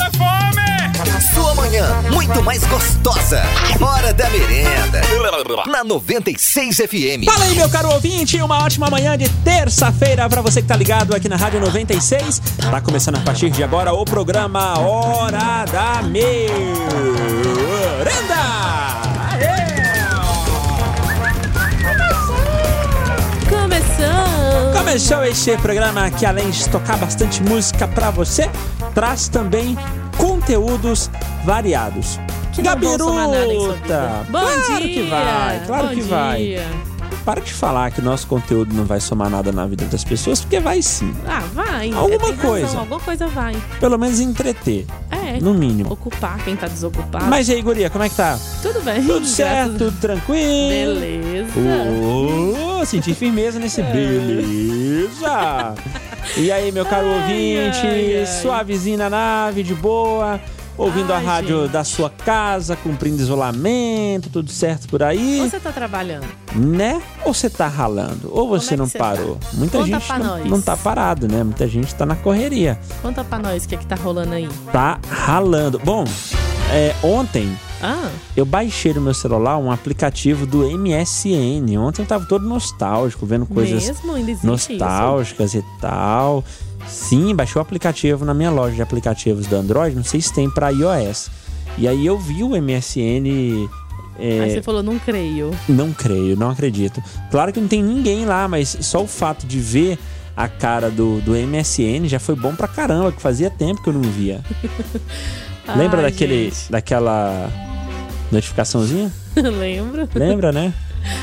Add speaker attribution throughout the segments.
Speaker 1: a fome!
Speaker 2: Sua manhã, muito mais gostosa. Hora da merenda. Na 96 FM.
Speaker 3: Fala aí, meu caro ouvinte, uma ótima manhã de terça-feira pra você que tá ligado aqui na Rádio 96. Tá começando a partir de agora o programa Hora da Merenda. Aê!
Speaker 4: Começou!
Speaker 3: Começou este programa que além de tocar bastante música pra você, traz também conteúdos variados.
Speaker 4: Que não vão somar nada em sua vida. Bom
Speaker 3: claro
Speaker 4: dia!
Speaker 3: que vai, claro
Speaker 4: Bom
Speaker 3: que vai.
Speaker 4: dia.
Speaker 3: Para de falar que nosso conteúdo não vai somar nada na vida das pessoas, porque vai sim.
Speaker 4: Ah, vai.
Speaker 3: Alguma
Speaker 4: Tem razão,
Speaker 3: coisa.
Speaker 4: Alguma coisa vai.
Speaker 3: Pelo menos entreter,
Speaker 4: É.
Speaker 3: no mínimo.
Speaker 4: Ocupar quem tá desocupado.
Speaker 3: Mas e aí, guria, como é que tá?
Speaker 4: tudo bem.
Speaker 3: Tudo
Speaker 4: graças-
Speaker 3: certo, tudo tranquilo?
Speaker 4: Beleza. É.
Speaker 3: Oh, senti firmeza nesse beleza. E aí, meu caro
Speaker 4: Ai,
Speaker 3: ouvinte,
Speaker 4: ai, ai.
Speaker 3: suavezinho na nave, de boa, ouvindo
Speaker 4: Ai,
Speaker 3: a rádio
Speaker 4: gente.
Speaker 3: da sua casa, cumprindo isolamento, tudo certo por aí,
Speaker 4: Você tá trabalhando?
Speaker 3: né? Ou você tá ralando, ou
Speaker 4: Como é
Speaker 3: você
Speaker 4: que
Speaker 3: não
Speaker 4: você
Speaker 3: parou. Muita
Speaker 4: Conta
Speaker 3: gente
Speaker 4: pra
Speaker 3: não,
Speaker 4: nós.
Speaker 3: não tá parado, né? Muita gente tá na correria,
Speaker 4: Conta pra nós o que é que tá rolando aí.
Speaker 3: tá ralando. Bom, é, ontem
Speaker 4: Ah,
Speaker 3: eu baixei no meu celular um aplicativo do MSN. Ontem eu tava todo nostálgico, vendo coisas
Speaker 4: mesmo? Ainda existe
Speaker 3: nostálgicas e tal. Sim, baixei o aplicativo na minha loja de aplicativos do Android, não sei se tem pra iOS. E aí eu vi o MSN.
Speaker 4: isso?
Speaker 3: é,
Speaker 4: Aí você falou, não creio.
Speaker 3: Não creio, não acredito. Claro que não tem ninguém lá, mas só o fato de ver a cara do, do MSN já foi bom pra caramba, que fazia tempo que eu não via. Lembra
Speaker 4: Ai,
Speaker 3: daquele,
Speaker 4: Ah, gente.
Speaker 3: daquela notificaçãozinha?
Speaker 4: Lembro.
Speaker 3: Lembra, né?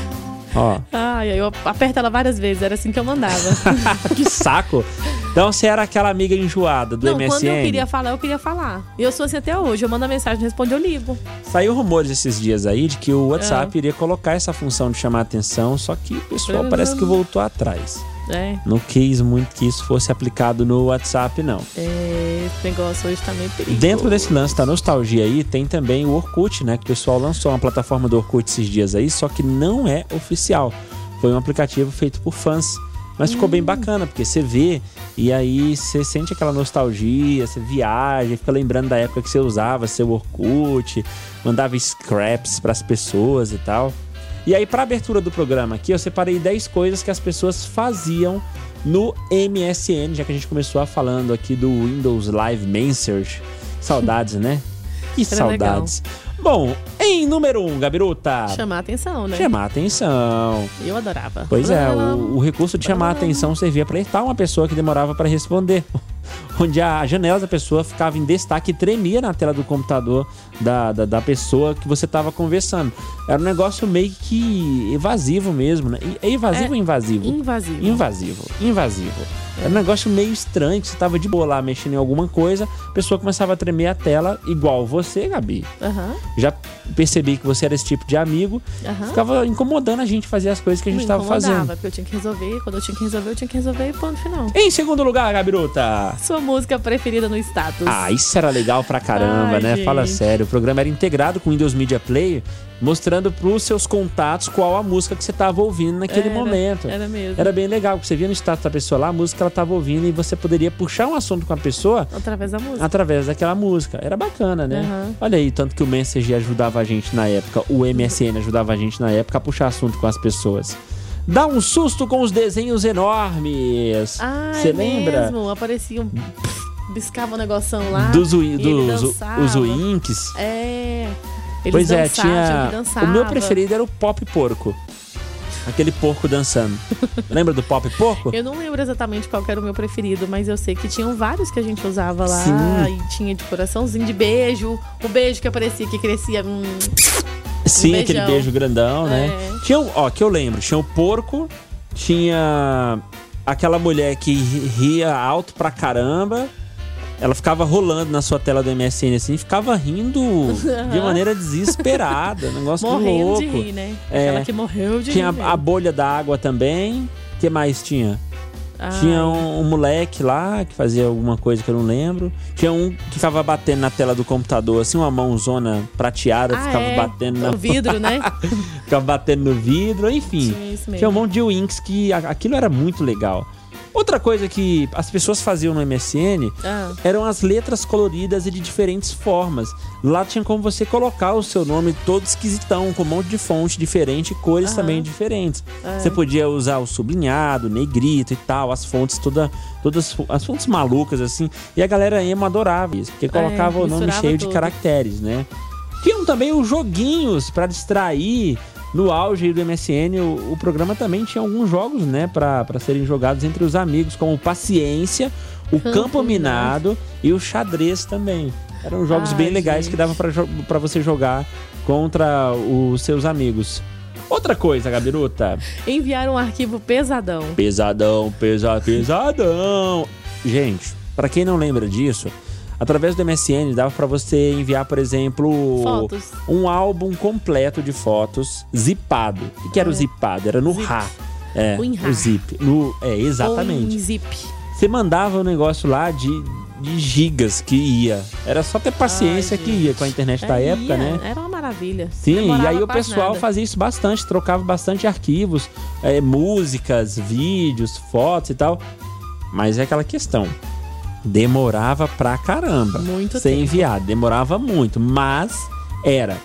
Speaker 3: Ó.
Speaker 4: Ai, aí eu aperto ela várias vezes, era assim que eu mandava.
Speaker 3: que saco! Então você era aquela amiga enjoada do
Speaker 4: não,
Speaker 3: MSN.
Speaker 4: quando eu queria falar, eu queria falar. E eu sou assim até hoje. Eu mando a mensagem, não responde, eu ligo.
Speaker 3: Saiu rumores esses dias aí de que o
Speaker 4: Ah.
Speaker 3: WhatsApp iria colocar essa função de chamar atenção, só que o pessoal
Speaker 4: Eu
Speaker 3: parece
Speaker 4: não-
Speaker 3: que voltou atrás.
Speaker 4: É,
Speaker 3: Não quis muito que isso fosse aplicado no WhatsApp, não.
Speaker 4: é, esse negócio hoje tá meio perigoso.
Speaker 3: Dentro desse lance da nostalgia aí, tem também o Orkut, né? Que o pessoal lançou uma plataforma do Orkut esses dias aí, só que não é oficial. Foi um aplicativo feito por fãs. Mas ficou bem bacana, porque você vê e aí você sente aquela nostalgia, você viaja, fica lembrando da época que você usava seu Orkut, mandava scraps pras pessoas e tal. E aí, pra abertura do programa aqui, eu separei 10 coisas que as pessoas faziam no MSN, já que a gente começou a falando aqui do Windows Live Message. Saudades, né? Que
Speaker 4: Era
Speaker 3: saudades. Bom, em número 1, um, Gabiruta.
Speaker 4: Chamar a atenção, né?
Speaker 3: Chamar atenção.
Speaker 4: Eu adorava.
Speaker 3: Pois é,
Speaker 4: Ah.
Speaker 3: o, o recurso de chamar a atenção servia para irritar uma pessoa que demorava para responder. Onde a janela da pessoa ficava em destaque e tremia na tela do computador da, da, da pessoa que você estava conversando. Era um negócio meio que evasivo mesmo, né? E- É evasivo ou invasivo?
Speaker 4: Invasivo.
Speaker 3: Invasivo, invasivo. Era um negócio meio estranho, que você tava de boa lá mexendo em alguma coisa, a pessoa começava a tremer a tela, igual você, Gabi.
Speaker 4: Aham,
Speaker 3: Já percebi que você era esse tipo de amigo,
Speaker 4: aham.
Speaker 3: ficava incomodando a gente fazer as coisas que a gente
Speaker 4: Me
Speaker 3: tava
Speaker 4: incomodava,
Speaker 3: fazendo.
Speaker 4: porque eu tinha que resolver. Quando eu tinha que resolver, eu tinha que resolver e ponto final.
Speaker 3: Em segundo lugar, Gabiruta.
Speaker 4: Sua música preferida no status.
Speaker 3: Ah, isso era legal pra caramba,
Speaker 4: Ai,
Speaker 3: né? Fala
Speaker 4: gente.
Speaker 3: sério. O programa era integrado com o Windows Media Player, mostrando pros seus contatos qual a música que você tava ouvindo naquele
Speaker 4: Era,
Speaker 3: momento.
Speaker 4: Era mesmo.
Speaker 3: Era bem legal, porque você via no status da pessoa lá a música que ela tava ouvindo e você poderia puxar um assunto com a pessoa
Speaker 4: Através da música.
Speaker 3: através daquela música. Era bacana, né?
Speaker 4: Aham.
Speaker 3: Olha aí, tanto que o Messenger ajudava a gente na época, o MSN ajudava a gente na época a puxar assunto com as pessoas. Dá um susto com os desenhos enormes.
Speaker 4: Ah,
Speaker 3: Você
Speaker 4: é
Speaker 3: lembra?
Speaker 4: mesmo? Aparecia um... Biscava um negocinho lá.
Speaker 3: dos
Speaker 4: e
Speaker 3: ui-
Speaker 4: ele
Speaker 3: dos
Speaker 4: dançava.
Speaker 3: os uinks.
Speaker 4: É. Eles
Speaker 3: Pois é,
Speaker 4: dançavam,
Speaker 3: tinha.
Speaker 4: que dançava.
Speaker 3: O meu preferido era o pop porco. Aquele porco dançando. Lembra do pop porco?
Speaker 4: Eu não lembro exatamente qual que era o meu preferido, mas eu sei que tinham vários que a gente usava lá.
Speaker 3: Sim.
Speaker 4: E tinha de coraçãozinho, de beijo. O beijo que aparecia, que crescia. Hum,
Speaker 3: Sim,
Speaker 4: um
Speaker 3: aquele
Speaker 4: beijão.
Speaker 3: beijo grandão, né?
Speaker 4: É.
Speaker 3: Tinha um, ó, que eu lembro, tinha o porco, tinha aquela mulher que ri- ria alto pra caramba. Ela ficava rolando na sua tela do MSN assim, ficava rindo de maneira desesperada, um negócio
Speaker 4: morrendo
Speaker 3: louco.
Speaker 4: de rir, né?
Speaker 3: É.
Speaker 4: Aquela que morreu de
Speaker 3: Tinha
Speaker 4: rir.
Speaker 3: a, a bolha da água também. O que mais tinha? Tinha um, um moleque lá que fazia alguma coisa que eu não lembro. Tinha um que ficava batendo na tela do computador, assim, uma mãozona prateada,
Speaker 4: Ah,
Speaker 3: ficava
Speaker 4: é?
Speaker 3: batendo na
Speaker 4: O vidro, né?
Speaker 3: ficava batendo no vidro, enfim.
Speaker 4: Tinha isso mesmo.
Speaker 3: Tinha um monte de Winx que a- aquilo era muito legal. Outra coisa que as pessoas faziam no MSN
Speaker 4: Ah.
Speaker 3: eram as letras coloridas e de diferentes formas. Lá tinha como você colocar o seu nome todo esquisitão, com um monte de fonte diferente e cores também diferentes.
Speaker 4: É.
Speaker 3: Você podia usar o sublinhado, negrito e tal, as fontes toda, todas as fontes malucas assim. E a galera emo adorava isso, porque colocava o nome
Speaker 4: É, misturava
Speaker 3: cheio de
Speaker 4: tudo.
Speaker 3: caracteres, né? Tinham também os joguinhos pra distrair. No auge do MSN, o, o programa também tinha alguns jogos, né, Pra pra serem jogados entre os amigos, como Paciência, o Campo,
Speaker 4: Campo
Speaker 3: Minado e o xadrez também. Eram jogos
Speaker 4: Ai,
Speaker 3: bem legais que
Speaker 4: gente.
Speaker 3: dava pra jo- pra você jogar contra os seus amigos. Outra coisa, Gabiruta.
Speaker 4: Enviaram um arquivo pesadão.
Speaker 3: Pesadão, pesa, pesadão. Gente, pra quem não lembra disso, através do MSN dava pra você enviar, por exemplo,
Speaker 4: Fotos.
Speaker 3: um álbum completo de fotos zipado. O que era o zipado? Era no
Speaker 4: Ah, é. Zip.
Speaker 3: RA. É,
Speaker 4: Ou em
Speaker 3: o
Speaker 4: RAR.
Speaker 3: zip. No, é, exatamente.
Speaker 4: Ou em um zip.
Speaker 3: Você mandava um negócio lá de, de gigas que ia. Era só ter paciência
Speaker 4: Ai,
Speaker 3: que
Speaker 4: gente.
Speaker 3: ia com a internet da
Speaker 4: É,
Speaker 3: época,
Speaker 4: ia,
Speaker 3: né?
Speaker 4: Era uma maravilha.
Speaker 3: Sim, e
Speaker 4: Demorava
Speaker 3: aí o
Speaker 4: quase
Speaker 3: pessoal
Speaker 4: nada.
Speaker 3: fazia isso bastante, trocava bastante arquivos, eh, músicas, vídeos, fotos e tal. Mas é aquela questão. Demorava pra caramba.
Speaker 4: Muito
Speaker 3: Sem
Speaker 4: tempo.
Speaker 3: enviar, demorava muito, mas era.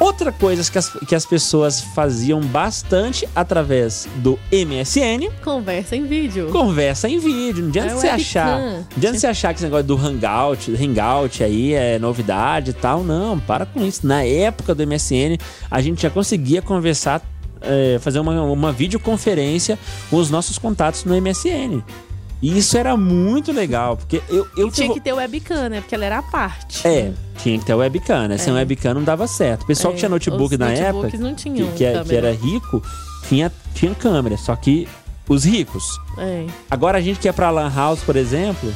Speaker 3: Outra coisa que as, que as pessoas faziam bastante através do MSN
Speaker 4: Conversa em vídeo.
Speaker 3: Conversa em vídeo. Não adianta
Speaker 4: É
Speaker 3: você
Speaker 4: webcam.
Speaker 3: achar. Não adianta você achar que esse negócio do hangout, hangout aí é novidade e tal. Não, para com isso. Na época do MSN, a gente já conseguia conversar, é, fazer uma, uma videoconferência com os nossos contatos no MSN. E isso era muito legal, porque eu, eu
Speaker 4: E tinha
Speaker 3: tive-
Speaker 4: que ter webcam, né? Porque ela era à parte.
Speaker 3: tipo- É, tinha que ter webcam, né? Sem webcam não dava certo. O pessoal
Speaker 4: É,
Speaker 3: que tinha notebook
Speaker 4: os
Speaker 3: na
Speaker 4: notebooks
Speaker 3: época,
Speaker 4: não
Speaker 3: que,
Speaker 4: tinham
Speaker 3: que é- que
Speaker 4: câmera.
Speaker 3: era rico, tinha, tinha câmera. Só que os ricos.
Speaker 4: É.
Speaker 3: Agora a gente que é pra Lan House, por exemplo,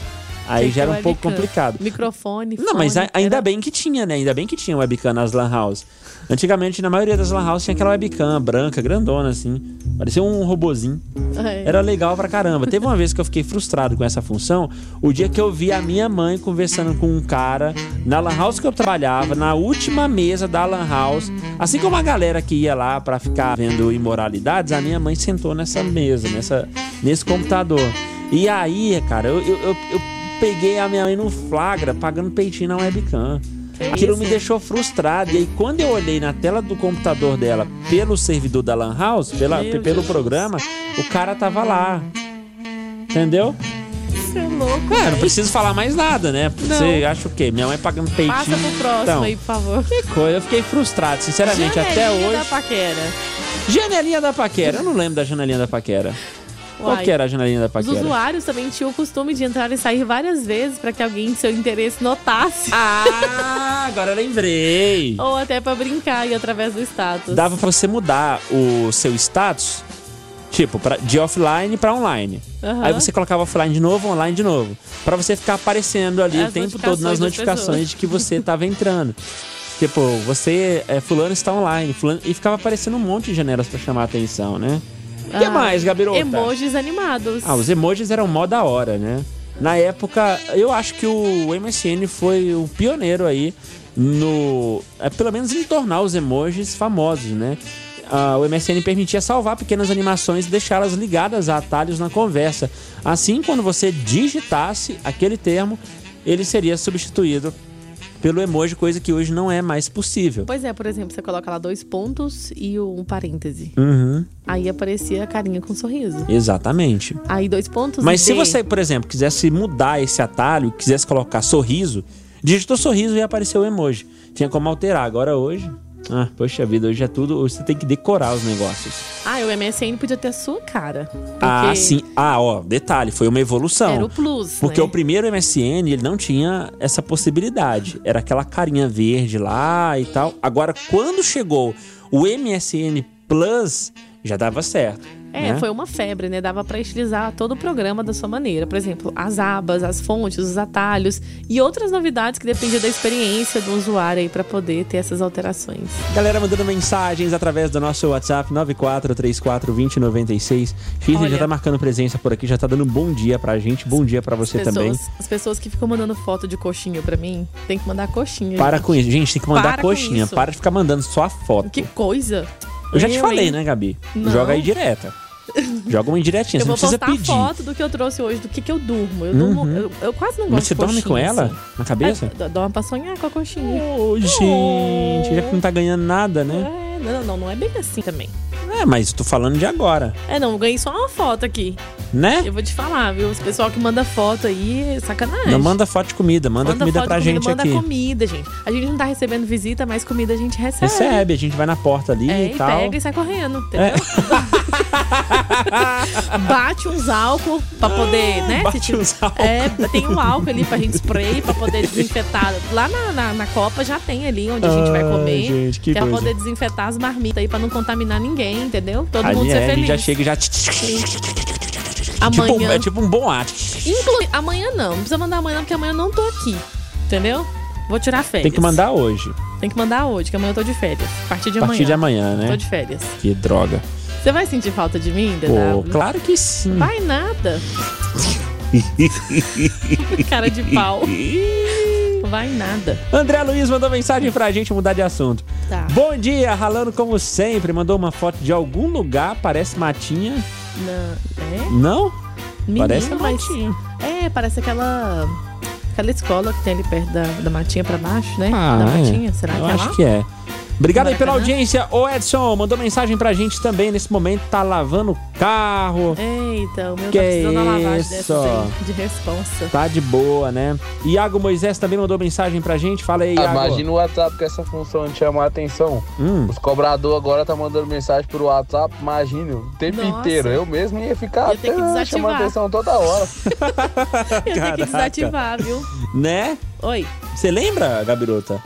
Speaker 3: aí
Speaker 4: Tinha que
Speaker 3: já era
Speaker 4: ter
Speaker 3: um pouco
Speaker 4: webcam.
Speaker 3: complicado.
Speaker 4: Tipo, é Microfone,
Speaker 3: Não, mas a-
Speaker 4: fone,
Speaker 3: ainda
Speaker 4: era-
Speaker 3: bem que tinha, né? Ainda bem que tinha webcam nas Lan House. Antigamente, na maioria das Lan House, tinha aquela webcam branca, grandona, assim. Parecia um robozinho.
Speaker 4: É.
Speaker 3: Era legal pra caramba. Teve uma vez que eu fiquei frustrado com essa função, o dia que eu vi a minha mãe conversando com um cara na Lan House que eu trabalhava, na última mesa da Lan House. Assim como a galera que ia lá pra ficar vendo imoralidades, a minha mãe sentou nessa mesa, nessa, nesse computador. E aí, cara, eu, eu, eu- eu peguei a minha mãe no flagra pagando peitinho na webcam.
Speaker 4: Que
Speaker 3: Aquilo me
Speaker 4: isso?
Speaker 3: deixou frustrado. E aí, quando eu olhei na tela do computador dela pelo servidor da Lan House, pela,
Speaker 4: Meu
Speaker 3: pelo
Speaker 4: Deus.
Speaker 3: programa, o cara tava lá. Entendeu?
Speaker 4: Você é louco.
Speaker 3: É, não
Speaker 4: velho.
Speaker 3: preciso falar mais nada, né?
Speaker 4: Não.
Speaker 3: Você acha o quê? Minha mãe pagando peitinho.
Speaker 4: Passa pro próximo
Speaker 3: Então,
Speaker 4: aí, por favor.
Speaker 3: que coisa. Eu fiquei frustrado, sinceramente, até
Speaker 4: Janelinha da
Speaker 3: hoje.
Speaker 4: paquera.
Speaker 3: Janelinha da Paquera. Eu não lembro da janelinha da Paquera. Qual
Speaker 4: Uai.
Speaker 3: que era a janelinha da
Speaker 4: Os
Speaker 3: Paquera?
Speaker 4: usuários também tinham o costume de entrar e sair várias vezes pra que alguém de seu interesse notasse.
Speaker 3: Ah, agora eu lembrei.
Speaker 4: Ou até pra brincar e através do status.
Speaker 3: Dava pra você mudar o seu status, tipo, pra- de offline pra online.
Speaker 4: Aham.
Speaker 3: Aí você colocava offline de novo, online de novo. Pra você ficar aparecendo ali
Speaker 4: As
Speaker 3: o tempo todo nas
Speaker 4: notificações das
Speaker 3: notificações
Speaker 4: pessoas.
Speaker 3: de que você tava entrando. Tipo, você, é, fulano está online, fulano... E ficava aparecendo um monte de janelas pra chamar a atenção, né? O que
Speaker 4: Ah,
Speaker 3: mais, Gabirota?
Speaker 4: Emojis animados.
Speaker 3: Ah, os emojis eram mó da hora, né? Na época, eu acho que o MSN foi o pioneiro aí no. é, Pelo menos em tornar os emojis famosos, né? Ah, o MSN permitia salvar pequenas animações e deixá-las ligadas a atalhos na conversa. Assim, quando você digitasse aquele termo, ele seria substituído pelo emoji, coisa que hoje não é mais possível.
Speaker 4: Pois é, por exemplo, você coloca lá dois pontos e um parêntese.
Speaker 3: Uhum,
Speaker 4: Aí aparecia a carinha com um sorriso.
Speaker 3: exatamente.
Speaker 4: Aí dois pontos
Speaker 3: Mas
Speaker 4: e
Speaker 3: se
Speaker 4: D.
Speaker 3: você, por exemplo, quisesse mudar esse atalho, quisesse colocar sorriso, digitou sorriso e apareceu o emoji. Tinha como alterar. Agora hoje. Ah, poxa vida, hoje é tudo. Hoje você tem que decorar os negócios.
Speaker 4: Ah, o MSN podia ter a sua cara.
Speaker 3: Ah,
Speaker 4: Porque
Speaker 3: sim. Ah, ó, detalhe, foi uma evolução.
Speaker 4: Era o plus,
Speaker 3: Então, Porque
Speaker 4: né?
Speaker 3: o primeiro MSN, ele não tinha essa possibilidade. Era aquela carinha verde lá e tal. Agora, quando chegou o MSN Plus, já dava certo.
Speaker 4: É,
Speaker 3: né?
Speaker 4: foi uma febre, né? Dava pra estilizar todo o programa da sua maneira. Por exemplo, as abas, as fontes, os atalhos e outras novidades que dependiam da experiência do usuário aí pra poder ter essas alterações.
Speaker 3: Galera mandando mensagens através do nosso WhatsApp 94342096. Xisa
Speaker 4: Olha.
Speaker 3: já tá marcando presença por aqui, já tá dando um bom dia pra gente, bom dia pra você
Speaker 4: as pessoas,
Speaker 3: também.
Speaker 4: As pessoas que ficam mandando foto de coxinha pra mim, tem que mandar coxinha.
Speaker 3: Para
Speaker 4: gente.
Speaker 3: com isso, gente, tem que mandar
Speaker 4: Para com
Speaker 3: coxinha,
Speaker 4: isso.
Speaker 3: para de ficar mandando só a foto.
Speaker 4: Que coisa!
Speaker 3: Eu já te falei,
Speaker 4: hein?
Speaker 3: né, Gabi?
Speaker 4: Não.
Speaker 3: Joga aí direta. Joga uma indiretinha,
Speaker 4: Eu
Speaker 3: você não
Speaker 4: vou
Speaker 3: precisa
Speaker 4: postar
Speaker 3: pedir.
Speaker 4: foto do que eu trouxe hoje, do que, que eu durmo. Eu, durmo eu, eu quase não
Speaker 3: Mas
Speaker 4: gosto
Speaker 3: você
Speaker 4: de
Speaker 3: dorme
Speaker 4: coxinha.
Speaker 3: com ela
Speaker 4: assim.
Speaker 3: na cabeça?
Speaker 4: É, dá- dá uma pra sonhar com a coxinha.
Speaker 3: Ô, gente, já que não tá ganhando nada, né?
Speaker 4: É, não, não, não é bem assim também.
Speaker 3: É, mas tô falando de agora,
Speaker 4: É, não, eu ganhei só uma foto aqui.
Speaker 3: né?
Speaker 4: Eu vou te falar, viu? Os pessoal que manda foto aí, é sacanagem.
Speaker 3: Não manda foto de comida, manda, comida
Speaker 4: foto
Speaker 3: pra
Speaker 4: de
Speaker 3: gente
Speaker 4: comida,
Speaker 3: aqui.
Speaker 4: Manda comida, gente. A gente não tá recebendo visita, mas comida a gente recebe.
Speaker 3: Recebe, a gente vai na porta ali
Speaker 4: É,
Speaker 3: e
Speaker 4: e
Speaker 3: tal. É.
Speaker 4: pega e sai correndo, entendeu? Bate uns álcool pra poder, né?
Speaker 3: bate
Speaker 4: tiver-
Speaker 3: uns álcool.
Speaker 4: É, tem um álcool ali pra gente spray, pra poder desinfetar. Lá na, na, na Copa já tem ali onde a gente vai
Speaker 3: Ai,
Speaker 4: comer. é
Speaker 3: gente, que
Speaker 4: pra
Speaker 3: coisa.
Speaker 4: poder desinfetar as marmitas aí pra não contaminar ninguém, entendeu? Todo
Speaker 3: Ali
Speaker 4: mundo ser
Speaker 3: é, a gente
Speaker 4: feliz.
Speaker 3: já chega e já. Tipo, um-
Speaker 4: Amanhã.
Speaker 3: é tipo um bom arte.
Speaker 4: Inclui- amanhã não. Não precisa mandar amanhã, não, porque amanhã eu não tô aqui. Entendeu? Vou tirar férias.
Speaker 3: Tem que mandar hoje,
Speaker 4: Tem que mandar hoje, que amanhã eu tô de férias. A partir de
Speaker 3: a
Speaker 4: amanhã.
Speaker 3: partir de amanhã,
Speaker 4: Tô
Speaker 3: né?
Speaker 4: de férias.
Speaker 3: Que droga.
Speaker 4: Você vai sentir falta de mim,
Speaker 3: Pô,
Speaker 4: DW?
Speaker 3: claro que sim.
Speaker 4: Vai nada. Cara de pau. Vai nada.
Speaker 3: André Luiz mandou mensagem pra gente mudar de assunto.
Speaker 4: Tá.
Speaker 3: Bom dia, ralando como sempre. Mandou uma foto de algum lugar, parece matinha.
Speaker 4: Não, é?
Speaker 3: Não?
Speaker 4: Menino,
Speaker 3: parece a
Speaker 4: mas-
Speaker 3: matinha.
Speaker 4: É, parece aquela. Aquela escola que tem ali perto da, da matinha pra baixo, né?
Speaker 3: Ah,
Speaker 4: da
Speaker 3: é.
Speaker 4: matinha, será que
Speaker 3: Eu
Speaker 4: é
Speaker 3: acho
Speaker 4: lá? né?
Speaker 3: que é. Obrigado aí pela
Speaker 4: Maracanã?
Speaker 3: audiência. O Edson mandou mensagem pra gente também nesse momento. Tá lavando o carro,
Speaker 4: Eita, o meu
Speaker 3: Que
Speaker 4: tá precisando uma lavagem
Speaker 3: isso?
Speaker 4: dessas aí, de responsa.
Speaker 3: tá de boa, né? Iago Moisés também mandou mensagem pra gente. Fala aí, Iago.
Speaker 5: Ah, Imagina o WhatsApp com essa função de chamar a atenção.
Speaker 3: Hum.
Speaker 5: Os cobradores agora tá mandando mensagem pro WhatsApp, imagina, o tempo
Speaker 4: Nossa.
Speaker 5: inteiro. Eu mesmo ia ficar
Speaker 4: Ia ter que
Speaker 5: ah,
Speaker 4: desativar.
Speaker 5: chamando atenção toda hora.
Speaker 4: Eu tenho
Speaker 3: Caraca.
Speaker 4: que desativar, viu?
Speaker 3: Né?
Speaker 4: Oi,
Speaker 3: Você lembra, Gabirota,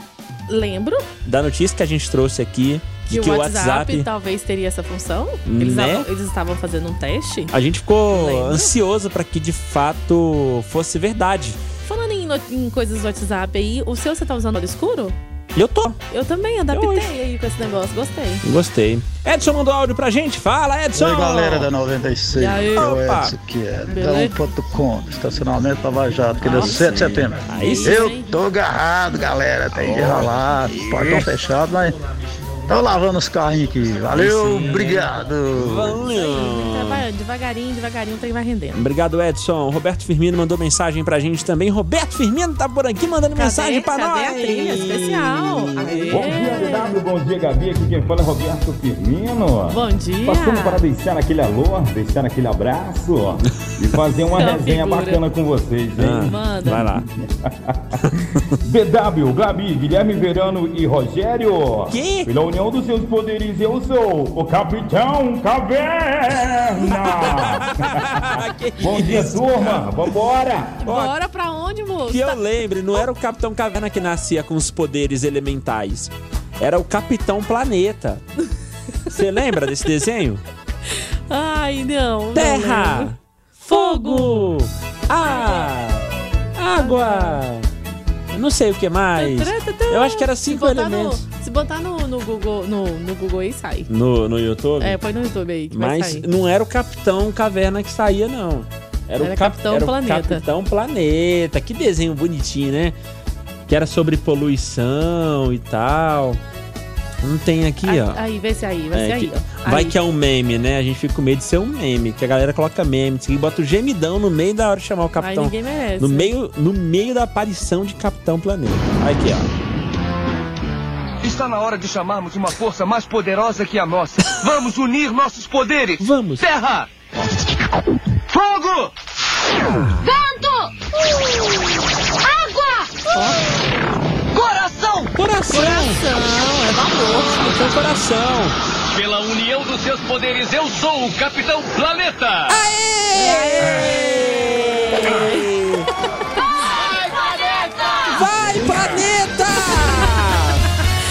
Speaker 4: lembro
Speaker 3: da notícia que a gente trouxe aqui
Speaker 4: que,
Speaker 3: de que
Speaker 4: o WhatsApp, talvez teria essa função? Eles,
Speaker 3: Né?
Speaker 4: estavam- eles estavam fazendo um teste?
Speaker 3: A gente ficou
Speaker 4: Lembra?
Speaker 3: ansioso pra que de fato fosse verdade.
Speaker 4: Falando em, no- em coisas do WhatsApp aí, o seu você tá usando olho escuro?
Speaker 3: E eu tô.
Speaker 4: Eu também
Speaker 3: Eu
Speaker 4: adaptei
Speaker 3: hoje.
Speaker 4: aí com esse negócio, gostei.
Speaker 3: Gostei. Edson mandou áudio pra gente. Fala, Edson!
Speaker 6: Oi galera da 96,
Speaker 4: E aí?
Speaker 6: é o
Speaker 3: Opa.
Speaker 6: Edson que é
Speaker 4: Beleza?
Speaker 6: Dão.com, estacionamento Lava Jato, que deu
Speaker 4: Nossa.
Speaker 6: 7 de setembro.
Speaker 3: Aí Ah, sim.
Speaker 6: Eu tô agarrado, galera. Tem que ralar, portão fechado, mas tô lavando os carrinhos aqui. Valeu, obrigado.
Speaker 3: Ah.
Speaker 4: Trabalhando Tá, devagarinho, devagarinho, o trem vai rendendo.
Speaker 3: Obrigado, Edson. Roberto Firmino mandou mensagem pra gente também. Roberto Firmino tá por aqui mandando mensagem pra
Speaker 4: cadê
Speaker 3: nós.
Speaker 4: a trilha especial? Aê.
Speaker 1: Bom dia, DW, bom dia, Gabi. Aqui quem fala é Roberto Firmino.
Speaker 4: Bom dia.
Speaker 1: Passando para deixar aquele alô, deixar aquele abraço ó, e fazer uma
Speaker 4: Então,
Speaker 1: resenha
Speaker 4: figura.
Speaker 1: bacana com vocês, hein?
Speaker 4: Manda.
Speaker 3: Vai lá.
Speaker 1: BW, Gabi, Guilherme Verano e Rogério.
Speaker 3: Que?
Speaker 1: Pela união dos seus poderes, eu sou o Capitão Caverna. Bom dia, turma. Vambora.
Speaker 4: Bora pra onde, moço?
Speaker 3: Que eu lembre, não era o Capitão Caverna que nascia com os poderes elementais. Era o Capitão Planeta. Você lembra desse desenho?
Speaker 4: Ai, não. não lembro.
Speaker 3: Terra, fogo, ar, água. Eu não sei o que mais. Eu acho que era cinco
Speaker 4: se botar
Speaker 3: elementos.
Speaker 4: No, se botar no, no Google, no, no Google aí, sai.
Speaker 3: No, no YouTube?
Speaker 4: É, põe no YouTube aí que vai
Speaker 3: Mas
Speaker 4: sair.
Speaker 3: não era o Capitão Caverna que saía, não. Era, o
Speaker 4: Era
Speaker 3: cap-
Speaker 4: Capitão
Speaker 3: era o
Speaker 4: Planeta.
Speaker 3: Capitão Planeta. Que desenho bonitinho, né? Que era sobre poluição e tal. Não tem aqui,
Speaker 4: Aí,
Speaker 3: ó.
Speaker 4: aí, vê se aí, vai
Speaker 3: É,
Speaker 4: ser aí,
Speaker 3: que-
Speaker 4: ó.
Speaker 3: Vai
Speaker 4: Aí.
Speaker 3: que é um meme, né? A gente fica com medo de ser um meme. Que a galera coloca meme. E bota o gemidão no meio da hora de chamar o
Speaker 4: Aí
Speaker 3: Capitão.
Speaker 4: ninguém merece.
Speaker 3: No meio, no meio da aparição de Capitão Planeta. Aqui, ó.
Speaker 7: Está na hora de chamarmos uma força mais poderosa que a nossa. Vamos unir nossos poderes.
Speaker 3: Vamos.
Speaker 7: Terra! Fogo! Coração!
Speaker 3: Coração!
Speaker 4: Não, é valor.
Speaker 3: Capitão Coração!
Speaker 7: Pela união dos seus poderes, eu sou o Capitão Planeta!
Speaker 3: Vai, planeta!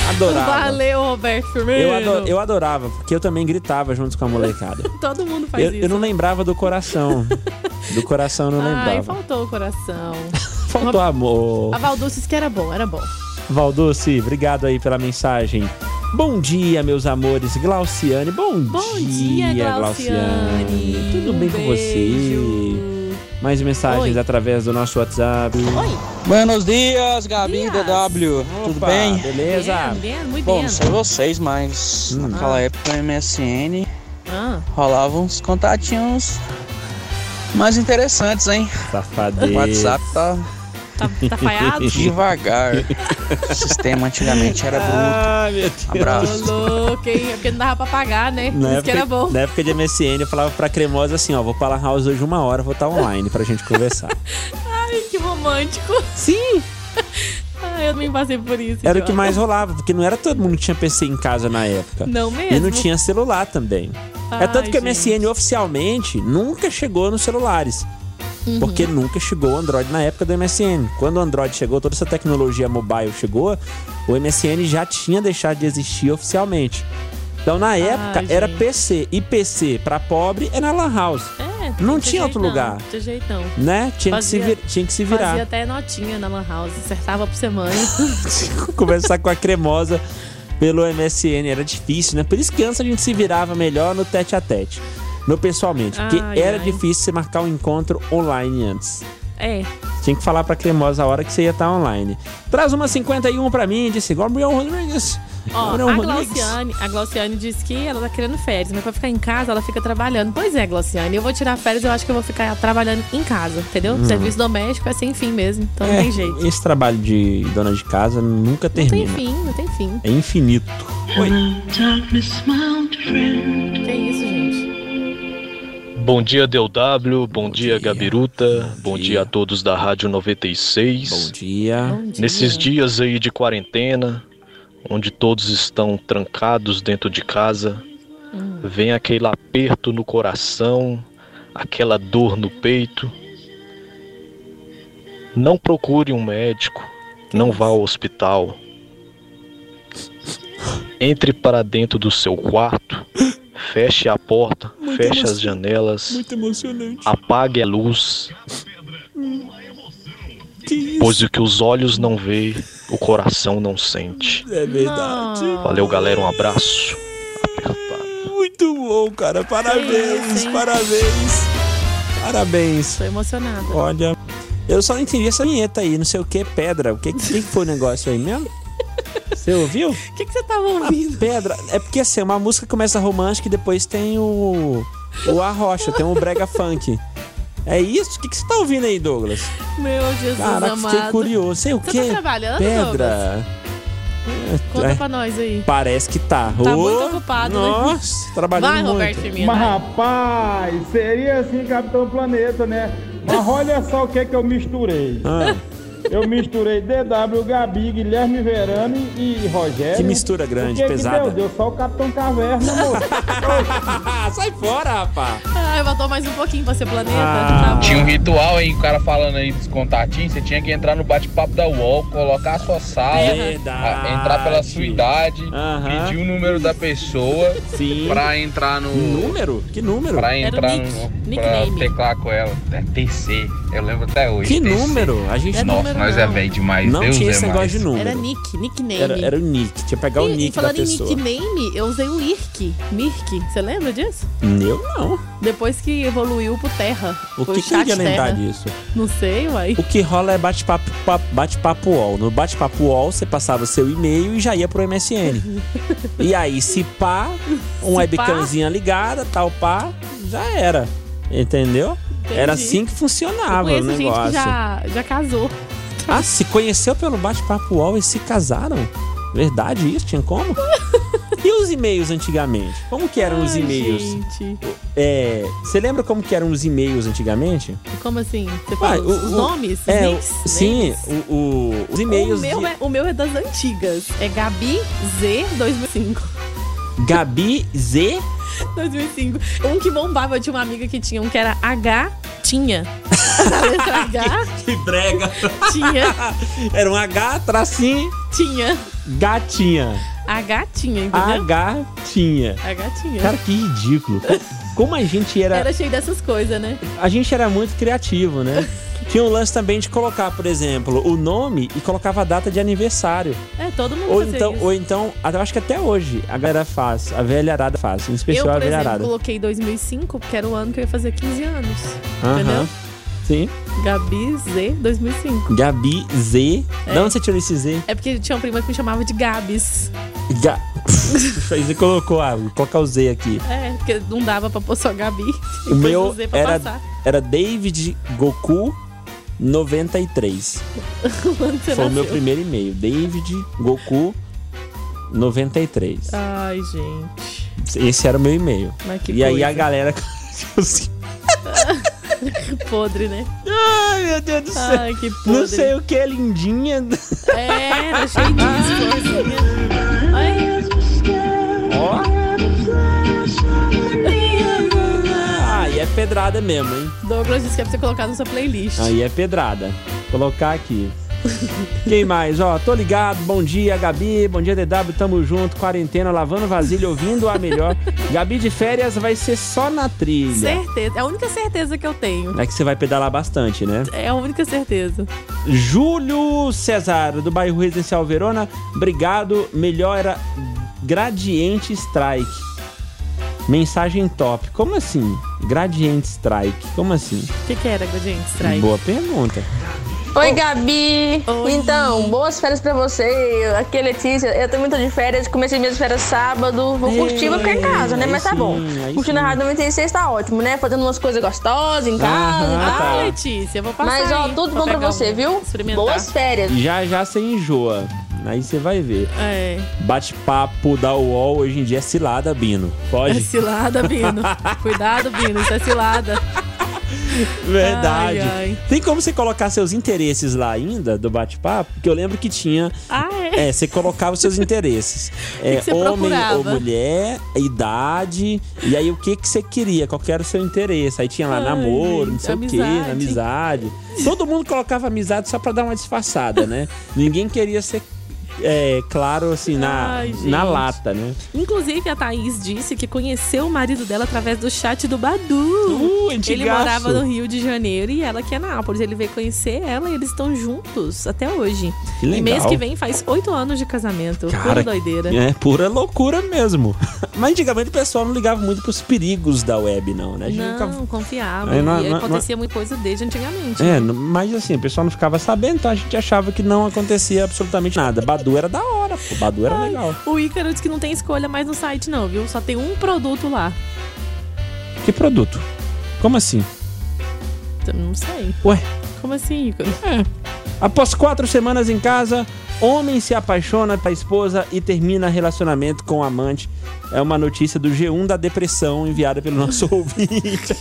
Speaker 3: adorava.
Speaker 4: Valeu, Roberto Firmino.
Speaker 3: Eu, ado- eu adorava, porque eu também gritava junto com a molecada.
Speaker 4: Todo mundo faz
Speaker 3: Eu,
Speaker 4: isso.
Speaker 3: eu não lembrava do coração. Do coração eu não
Speaker 4: Ai,
Speaker 3: lembrava.
Speaker 4: faltou o coração.
Speaker 3: Faltou amor.
Speaker 4: A Valduces que era bom, era bom.
Speaker 3: Valduce, obrigado aí pela mensagem. Bom dia, meus amores. Glauciane, bom,
Speaker 4: Bom dia, Glauciane.
Speaker 3: Tudo
Speaker 4: Um
Speaker 3: bem com você?
Speaker 4: beijo.
Speaker 3: Mais mensagens
Speaker 4: Oi.
Speaker 3: através do nosso WhatsApp.
Speaker 4: Oi,
Speaker 8: Buenos dias, Gabi
Speaker 4: Dias.
Speaker 8: DW. Tudo
Speaker 3: Opa,
Speaker 8: bem?
Speaker 3: Beleza?
Speaker 4: Bem, bem, muito
Speaker 8: Bom,
Speaker 4: bem.
Speaker 8: não sei vocês, mas
Speaker 3: Hum.
Speaker 8: naquela época no MSN
Speaker 4: Ah,
Speaker 8: rolavam uns contatinhos mais interessantes, hein?
Speaker 3: Safadeza.
Speaker 8: O WhatsApp tá
Speaker 4: tá, tá falhado?
Speaker 8: devagar. o sistema antigamente era bruto.
Speaker 3: Ah, meu Deus.
Speaker 8: Abraço.
Speaker 4: Louco, hein? É porque não dava pra pagar, né?
Speaker 3: Na
Speaker 4: Isso que
Speaker 3: época,
Speaker 4: era bom.
Speaker 3: é na época de MSN, eu falava pra Cremosa assim, ó, vou pra La House hoje uma hora, vou estar online pra gente conversar.
Speaker 4: Ai, que romântico.
Speaker 3: Sim!
Speaker 4: Ai, eu nem passei por isso.
Speaker 3: Era o
Speaker 4: idiota.
Speaker 3: que mais rolava, porque não era todo mundo que tinha PC em casa na época.
Speaker 4: Não mesmo.
Speaker 3: E não tinha celular também. é
Speaker 4: Ai,
Speaker 3: tanto que a
Speaker 4: gente.
Speaker 3: MSN oficialmente nunca chegou nos celulares. Porque nunca chegou o Android na época do MSN. Quando o Android chegou, toda essa tecnologia mobile chegou, o MSN já tinha deixado de existir oficialmente. Então, na época, era
Speaker 4: gente.
Speaker 3: PC. E PC pra pobre era Lan House,
Speaker 4: É,
Speaker 3: Não
Speaker 4: de
Speaker 3: tinha outro
Speaker 4: jeito
Speaker 3: lugar.
Speaker 4: Não, de jeito não.
Speaker 3: né? Tinha,
Speaker 4: Fazia-
Speaker 3: que, se vir- tinha que se virar.
Speaker 4: Fazia até notinha na Lan House, acertava por semana.
Speaker 3: conversar com a cremosa pelo MSN era difícil, né? Por isso que antes a gente se virava melhor no tete a tete. No pessoalmente, porque
Speaker 4: Ai,
Speaker 3: era
Speaker 4: ai.
Speaker 3: difícil você marcar um encontro online antes.
Speaker 4: é,
Speaker 3: Tinha que falar pra cremosa a hora que você ia estar online. Traz uma 51 pra mim, disse Gabriel Rodrigues.
Speaker 4: ó,
Speaker 3: Gabriel
Speaker 4: a
Speaker 3: Rodrigues.
Speaker 4: Glauciane, a Glauciane disse que ela tá querendo férias, mas pra ficar em casa ela fica trabalhando. Pois é, Glauciane, eu vou tirar férias, eu acho que eu vou ficar trabalhando em casa, entendeu? Serviço doméstico é sem fim mesmo, então não
Speaker 3: Hum. É,
Speaker 4: tem jeito.
Speaker 3: Esse trabalho de dona de casa nunca
Speaker 4: Não tem
Speaker 3: termina.
Speaker 4: fim, não tem fim.
Speaker 3: É infinito. Oi.
Speaker 4: Que isso, gente.
Speaker 9: Bom dia, DW. Bom dia,
Speaker 3: dia.
Speaker 9: Gabiruta.
Speaker 3: Bom
Speaker 9: Bom
Speaker 3: dia.
Speaker 9: dia a todos da Rádio
Speaker 3: Bom
Speaker 9: 96.
Speaker 3: dia.
Speaker 4: Bom dia.
Speaker 9: Nesses dias aí de quarentena, onde todos estão trancados dentro de casa, vem aquele aperto no coração, aquela dor no peito. Não procure um médico, não vá ao hospital. Entre para dentro do seu quarto, feche a porta, feche as janelas.
Speaker 3: Muito emocionante.
Speaker 9: Apague a luz,
Speaker 3: Que isso?
Speaker 9: pois o que os olhos não vê, o coração não sente.
Speaker 3: É verdade.
Speaker 9: Valeu, galera, um abraço. Apertado.
Speaker 3: Muito bom, cara.
Speaker 4: Que
Speaker 3: Parabéns,
Speaker 4: isso, hein?
Speaker 3: parabéns. Parabéns.
Speaker 4: Tô emocionada.
Speaker 3: Olha, eu só não entendi essa vinheta aí, não sei o que, pedra. O que que, que foi o negócio aí mesmo? Você ouviu?
Speaker 4: O que, que você tava ouvindo?
Speaker 3: Pedra. É porque assim, uma música começa romântica e depois tem o. O Arrocha, tem o Brega Funk. É isso? O que, que você tá ouvindo aí, Douglas?
Speaker 4: Meu Jesus
Speaker 3: Caraca, fiquei
Speaker 4: amado.
Speaker 3: curioso. Sei o
Speaker 4: Você
Speaker 3: quê?
Speaker 4: tá trabalhando, Douglas?
Speaker 3: pedra.
Speaker 4: Conta
Speaker 3: É,
Speaker 4: pra nós aí.
Speaker 3: Parece que tá.
Speaker 4: Tá
Speaker 3: Ô,
Speaker 4: muito ocupado, né?
Speaker 3: Nossa, trabalhando
Speaker 4: Vai,
Speaker 3: muito.
Speaker 4: Roberto Firmino.
Speaker 6: Mas
Speaker 4: vai.
Speaker 6: rapaz, seria assim Capitão Planeta, né? Mas olha só o que é que eu misturei.
Speaker 3: Ah,
Speaker 6: Eu misturei DW, Gabi, Guilherme Verano e e Rogério.
Speaker 3: Que mistura grande,
Speaker 6: O que que
Speaker 3: pesada.
Speaker 6: deu? Deu só o Capitão Caverna, moço.
Speaker 3: sai fora, rapaz.
Speaker 4: Ah, eu vou mais um pouquinho pra ser planeta.
Speaker 3: Ah.
Speaker 4: Tá bom.
Speaker 5: Tinha um ritual aí, o cara falando aí dos contatinhos, você tinha que entrar no bate-papo da UOL, colocar a sua sala,
Speaker 3: Verdade.
Speaker 5: a- entrar pela sua idade,
Speaker 3: Aham.
Speaker 5: pedir o número da pessoa
Speaker 3: Sim.
Speaker 5: pra entrar no.
Speaker 3: Número? Que número?
Speaker 5: Pra
Speaker 4: Era o
Speaker 5: entrar
Speaker 4: nick-
Speaker 5: no. Pra
Speaker 4: nickname.
Speaker 5: teclar com ela. É TC, eu lembro até hoje.
Speaker 3: Que
Speaker 5: TC.
Speaker 3: número? A gente
Speaker 4: É
Speaker 3: não,
Speaker 5: Nossa,
Speaker 4: Número
Speaker 5: nós
Speaker 4: não.
Speaker 5: é velho demais.
Speaker 3: não
Speaker 5: Deus
Speaker 3: tinha
Speaker 5: é
Speaker 3: esse negócio
Speaker 5: mais.
Speaker 3: de número.
Speaker 4: Era nick, nickname.
Speaker 3: um. Era, era o nick. Tinha que pegar o
Speaker 4: E-
Speaker 3: nick
Speaker 4: e
Speaker 3: da
Speaker 4: falando em
Speaker 3: pessoa.
Speaker 4: nickname, eu usei o IRC. Mirk, você lembra disso?
Speaker 3: Eu não.
Speaker 4: Depois que evoluiu pro Terra.
Speaker 3: O
Speaker 4: pro
Speaker 3: que que eu
Speaker 4: chat
Speaker 3: ia lembrar
Speaker 4: Terra.
Speaker 3: disso?
Speaker 4: Não sei, uai.
Speaker 3: O que rola é bate-papo pa- bate-papo UOL. No bate-papo UOL, você passava seu e-mail e já ia pro MSN. e aí, se pá, um
Speaker 4: pá.
Speaker 3: webcamzinha ligada, tal pá, já era. Entendeu?
Speaker 4: Entendi.
Speaker 3: Era assim que
Speaker 4: Eu
Speaker 3: funcionava o
Speaker 4: conheço gente
Speaker 3: negócio.
Speaker 4: que já, já casou.
Speaker 3: Ah, se conheceu pelo bate-papo UOL e se casaram? Verdade isso? Tinha como? e os e-mails antigamente? Como que eram os
Speaker 4: Ai,
Speaker 3: e-mails?
Speaker 4: Gente.
Speaker 3: É, Você lembra como que eram os e-mails antigamente?
Speaker 4: Como assim? Você
Speaker 3: Uai,
Speaker 4: fala os
Speaker 3: o-
Speaker 4: os
Speaker 3: o-
Speaker 4: nomes? Os
Speaker 3: é, o-
Speaker 4: nicks,
Speaker 3: sim,
Speaker 4: names?
Speaker 3: o- o- os e-mails
Speaker 4: O meu,
Speaker 3: de
Speaker 4: é, o meu é das antigas. É Gabi Z 2005.
Speaker 3: Gabi Z.
Speaker 4: 2005. Um que bombava, eu tinha uma amiga que tinha um que era H tinha. A letra H
Speaker 3: Que brega.
Speaker 4: tinha,
Speaker 3: Era um H, tracinho,
Speaker 4: tinha.
Speaker 3: gatinha.
Speaker 4: A gatinha,
Speaker 3: A
Speaker 4: entendeu?
Speaker 3: gatinha.
Speaker 4: A gatinha.
Speaker 3: Ah, Cara, que ridículo. Co- Como a gente era.
Speaker 4: Era cheio dessas coisas, né?
Speaker 3: A gente era muito criativo, né? Tinha um lance também de colocar, por exemplo, o nome e colocava a data de aniversário.
Speaker 4: É, todo mundo
Speaker 3: Ou
Speaker 4: fazia
Speaker 3: então,
Speaker 4: isso.
Speaker 3: ou então, eu acho que até hoje a galera faz, a velha arada faz, em
Speaker 4: Eu,
Speaker 3: especial a
Speaker 4: por
Speaker 3: velha
Speaker 4: exemplo,
Speaker 3: arada.
Speaker 4: coloquei 2005, porque era o ano que eu ia fazer 15 anos.
Speaker 3: Aham.
Speaker 4: Entendeu?
Speaker 3: Sim.
Speaker 4: Gabi Z 2005.
Speaker 3: Gabi Z.
Speaker 4: É.
Speaker 3: De onde você tirou esse Z?
Speaker 4: É porque tinha uma prima que me chamava de Gabs.
Speaker 3: Ga... você colocou, ah, vou colocar o Z aqui.
Speaker 4: É, porque não dava pra pôr só Gabi. E
Speaker 3: O
Speaker 4: pôs
Speaker 3: meu
Speaker 4: Z pra
Speaker 3: era,
Speaker 4: passar.
Speaker 3: era David Goku 93.
Speaker 4: O ano que você
Speaker 3: Foi o meu
Speaker 4: nasceu.
Speaker 3: primeiro e-mail. David Goku 93.
Speaker 4: Ai, gente.
Speaker 3: Esse era o meu e-mail.
Speaker 4: Mas que
Speaker 3: E aí a
Speaker 4: coisa.
Speaker 3: galera. assim,
Speaker 4: Que podre, né?
Speaker 3: Ai, meu Deus do céu.
Speaker 4: Ai, que podre.
Speaker 3: Não sei o que é lindinha.
Speaker 4: É, era cheio disso. Ai,
Speaker 3: Ó.
Speaker 4: Ah,
Speaker 3: Aí é pedrada mesmo, hein?
Speaker 4: Douglas disse que é pra você colocar na sua playlist.
Speaker 3: Aí é pedrada. Vou colocar aqui. Quem mais? Ó, tô ligado. Bom dia, Gabi. Bom dia, DW. Tamo junto. Quarentena, lavando vasilha, ouvindo a melhor. Gabi de férias vai ser só na trilha.
Speaker 4: Certeza. É a única certeza que eu tenho.
Speaker 3: É que você vai pedalar bastante, né?
Speaker 4: É a única certeza.
Speaker 3: Júlio Cesar, do bairro Residencial Verona. Obrigado. Melhora Gradiente Strike. Mensagem top. Como assim? Gradiente Strike. Como assim?
Speaker 4: O que, que era, Gradiente Strike?
Speaker 3: Boa pergunta.
Speaker 10: Oi, Gabi!
Speaker 4: Oi.
Speaker 10: Então, boas férias pra você. Aqui é Letícia. Eu também tô de férias, comecei minhas férias sábado. Vou curtir, vou ficar em casa, né?
Speaker 3: aí
Speaker 10: Mas tá
Speaker 3: sim,
Speaker 10: bom.
Speaker 3: aí
Speaker 10: Curtindo a
Speaker 3: sim.
Speaker 10: Rádio 96 tá ótimo, né? Fazendo umas coisas gostosas em casa
Speaker 3: Aham,
Speaker 10: e tal.
Speaker 4: Ah,
Speaker 3: tá.
Speaker 4: Letícia, eu vou passar
Speaker 10: Mas, ó,
Speaker 4: aí
Speaker 10: tudo bom pra
Speaker 4: pegar
Speaker 10: você,
Speaker 4: um-
Speaker 10: viu?
Speaker 4: Experimentar.
Speaker 10: Boas férias.
Speaker 3: Já já você enjoa. Aí você vai ver.
Speaker 4: É,
Speaker 3: Bate-papo da UOL hoje em dia é cilada, Bino.
Speaker 4: é
Speaker 3: Pode?
Speaker 4: cilada, Bino. Cuidado, Bino, isso é cilada.
Speaker 3: Verdade.
Speaker 4: Ai, ai.
Speaker 3: Tem como você colocar seus interesses lá ainda do bate-papo? Porque eu lembro que tinha.
Speaker 4: Ah, é?
Speaker 3: É, você colocava os seus interesses. É,
Speaker 4: que você
Speaker 3: homem ou
Speaker 4: procurava?
Speaker 3: mulher, idade. E aí o que, que você queria? Qual que era o seu interesse? Aí tinha lá
Speaker 4: Ai,
Speaker 3: namoro, não
Speaker 4: gente,
Speaker 3: sei o quê,
Speaker 4: amizade.
Speaker 3: amizade. Todo mundo colocava amizade só pra dar uma disfarçada, né? Ninguém queria ser. é, claro, assim, na,
Speaker 4: Ai, gente.
Speaker 3: na lata, né?
Speaker 4: Inclusive, a Thaís disse que conheceu o marido dela através do chat do Badu.
Speaker 3: Uh,
Speaker 4: Ele
Speaker 3: antigaço.
Speaker 4: morava no Rio de Janeiro e ela aqui é Nápoles. Ele veio conhecer ela e eles estão juntos até hoje.
Speaker 3: Que legal.
Speaker 4: E mês que vem faz oito anos de casamento.
Speaker 3: Cara,
Speaker 4: Pura doideira.
Speaker 3: É pura loucura mesmo. Mas antigamente o pessoal não ligava muito pros perigos da web, não, né? A gente
Speaker 4: Não,
Speaker 3: nunca-
Speaker 4: confiava.
Speaker 3: É, não-
Speaker 4: e
Speaker 3: não-
Speaker 4: acontecia muita coisa desde antigamente.
Speaker 3: É, n- mas assim, o pessoal não ficava sabendo, então a gente achava que não acontecia absolutamente nada. Badu era da hora, pô. Badu era legal.
Speaker 4: O Ícaro disse que não tem escolha mais no site, não, viu? Só tem um produto lá.
Speaker 3: Que produto? Como assim?
Speaker 4: Então, Não sei.
Speaker 3: Ué, É.
Speaker 4: Como assim, Ícaro?
Speaker 3: após quatro semanas em casa, homem se apaixona pela esposa e termina relacionamento com amante. É uma notícia do G1 da depressão enviada pelo nosso ouvinte.